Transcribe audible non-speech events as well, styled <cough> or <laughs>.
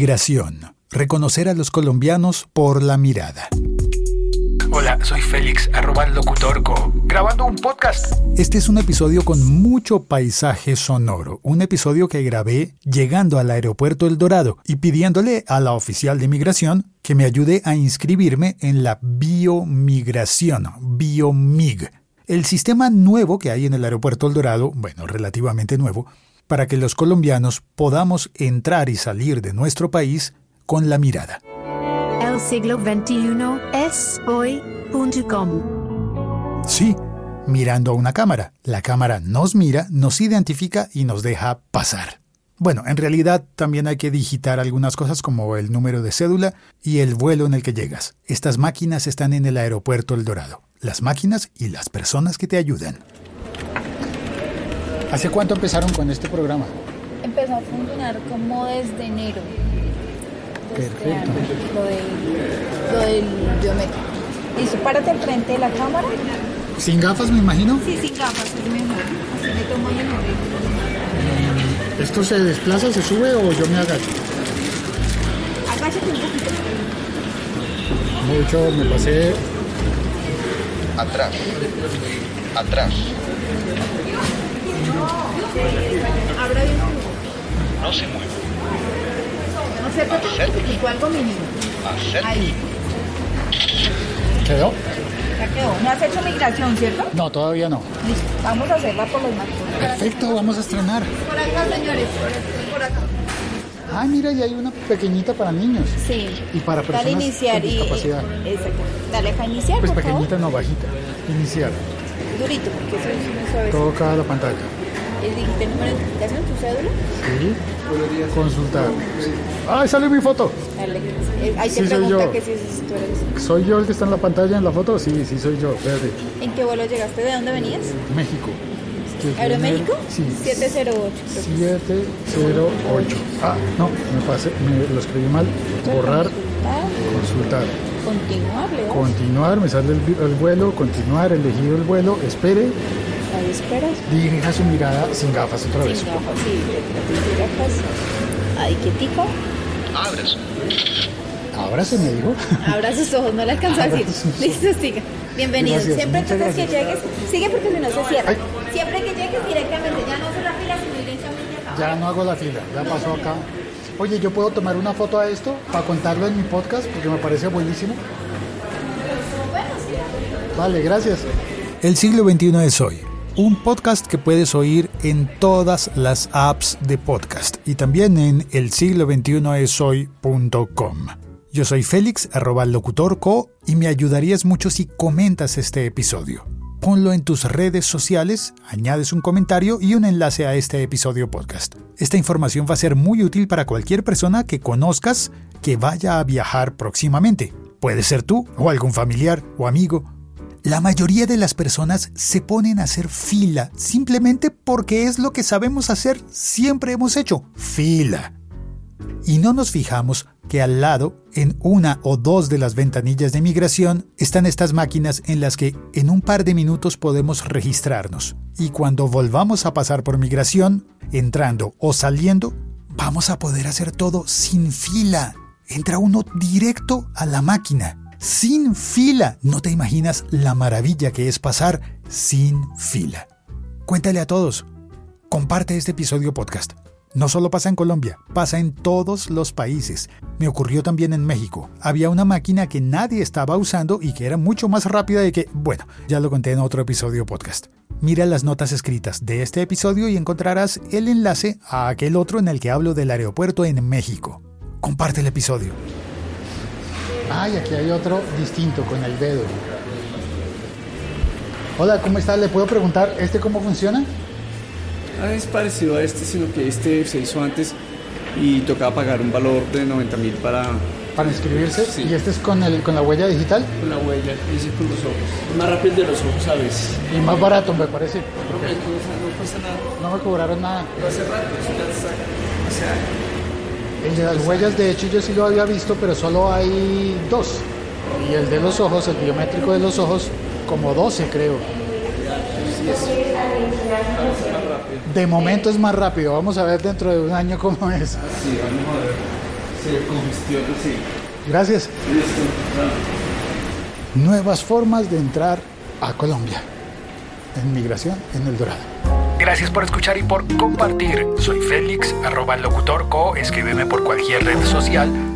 Migración. Reconocer a los colombianos por la mirada. Hola, soy Félix, arroba el locutorco, grabando un podcast. Este es un episodio con mucho paisaje sonoro, un episodio que grabé llegando al aeropuerto El Dorado y pidiéndole a la oficial de migración que me ayude a inscribirme en la biomigración, biomig, el sistema nuevo que hay en el aeropuerto El Dorado, bueno, relativamente nuevo, para que los colombianos podamos entrar y salir de nuestro país con la mirada. El siglo XXI es hoy.com. Sí, mirando a una cámara. La cámara nos mira, nos identifica y nos deja pasar. Bueno, en realidad también hay que digitar algunas cosas como el número de cédula y el vuelo en el que llegas. Estas máquinas están en el aeropuerto El Dorado. Las máquinas y las personas que te ayudan. ¿Hace cuánto empezaron con este programa? Empezó a funcionar como desde enero. de este Perfecto. año, Lo del, lo del biométrico. Listo, párate al frente de la cámara. Sin gafas, me imagino. Sí, sin gafas, es mejor. Así me tomo el momento. ¿Esto se desplaza, se sube o yo me agacho? Agáchate un poquito. Mucho, me pasé. atrás, atrás. No se mueve, Acércate un poquitico, algo mínimo. acércate. Ahí, ¿Quedó? ya quedó. No has hecho migración, ¿cierto? No, todavía no. Listo, vamos a hacerla por los máquinas. Perfecto, vamos a estrenar. Por acá, señores. Por acá. Ay, mira, ya hay una pequeñita para niños. Sí. Y para Dale personas iniciar con y. discapacidad. Exacto. Dale acá iniciar, Pues por favor. pequeñita, no bajita. Iniciar. Durito, porque eso es muy suave. Toca la pantalla. El de número de identificación, tu cédula. Sí. Consultar. ¡Ay, sale mi foto! Dale. Eh, Ahí te Sí, soy yo. pregunta que si es- tú eres. ¿Soy yo el que está en la pantalla en la foto? Sí, sí, soy yo. Espérate. ¿En qué vuelo llegaste? ¿De dónde venías? México. ¿Aeroméxico? Sí. 708. 708. Ah, no, me pasé, me lo escribí mal. Borrar, Ah, consultar. Continuar, Leo. Continuar, me sale el, vi- el vuelo, continuar, elegido el vuelo, espere, Ahí esperas. dirija su mirada sin gafas otra vez. Sin gafas, sí. Sin gafas. Ahí quietico. Ábrase. Ahora se me dijo. <laughs> Abra sus ojos, no le alcanzó a decir. Listo, siga. Bienvenido. Gracias, Siempre muchas entonces que llegues, gracias. sigue porque si no se cierra. Ay. Siempre que llegues directamente, ya no hace la fila, sino directamente acá. Ya no hago la fila, ya pasó acá. Oye, yo puedo tomar una foto a esto para contarlo en mi podcast porque me parece buenísimo. Vale, gracias. El siglo XXI es hoy. Un podcast que puedes oír en todas las apps de podcast y también en el siglo Yo soy Félix, arroba locutorco, y me ayudarías mucho si comentas este episodio. Ponlo en tus redes sociales, añades un comentario y un enlace a este episodio podcast. Esta información va a ser muy útil para cualquier persona que conozcas que vaya a viajar próximamente. Puede ser tú o algún familiar o amigo. La mayoría de las personas se ponen a hacer fila simplemente porque es lo que sabemos hacer, siempre hemos hecho, fila. Y no nos fijamos que al lado, en una o dos de las ventanillas de migración, están estas máquinas en las que en un par de minutos podemos registrarnos. Y cuando volvamos a pasar por migración, entrando o saliendo, vamos a poder hacer todo sin fila. Entra uno directo a la máquina sin fila. No te imaginas la maravilla que es pasar sin fila. Cuéntale a todos. Comparte este episodio podcast. No solo pasa en Colombia, pasa en todos los países. Me ocurrió también en México. Había una máquina que nadie estaba usando y que era mucho más rápida de que, bueno, ya lo conté en otro episodio podcast. Mira las notas escritas de este episodio y encontrarás el enlace a aquel otro en el que hablo del aeropuerto en México. Comparte el episodio. Ay, aquí hay otro distinto con el dedo. Hola, ¿cómo está? ¿Le puedo preguntar este cómo funciona? Ah, es parecido a este, sino que este se hizo antes y tocaba pagar un valor de 90 mil para Para inscribirse. Sí. Y este es con, el, con la huella digital con la huella, ese con los ojos. Más rápido de los ojos a veces. y más barato, me parece. Pero que no pasa- no pasa nada. No me cobraron nada. Lo hace rato, eso ya está- o sea, El de las huellas, de hecho, yo sí lo había visto, pero solo hay dos. Y el de los ojos, el biométrico de los ojos, como 12 creo. De momento es más rápido. Vamos a ver dentro de un año cómo es. sí, vamos a ver. se congestiona, sí. Gracias. Listo. Nuevas formas de entrar a Colombia. En migración en El Dorado. Gracias por escuchar y por compartir. Soy Félix, arroba locutorco. Escríbeme por cualquier red social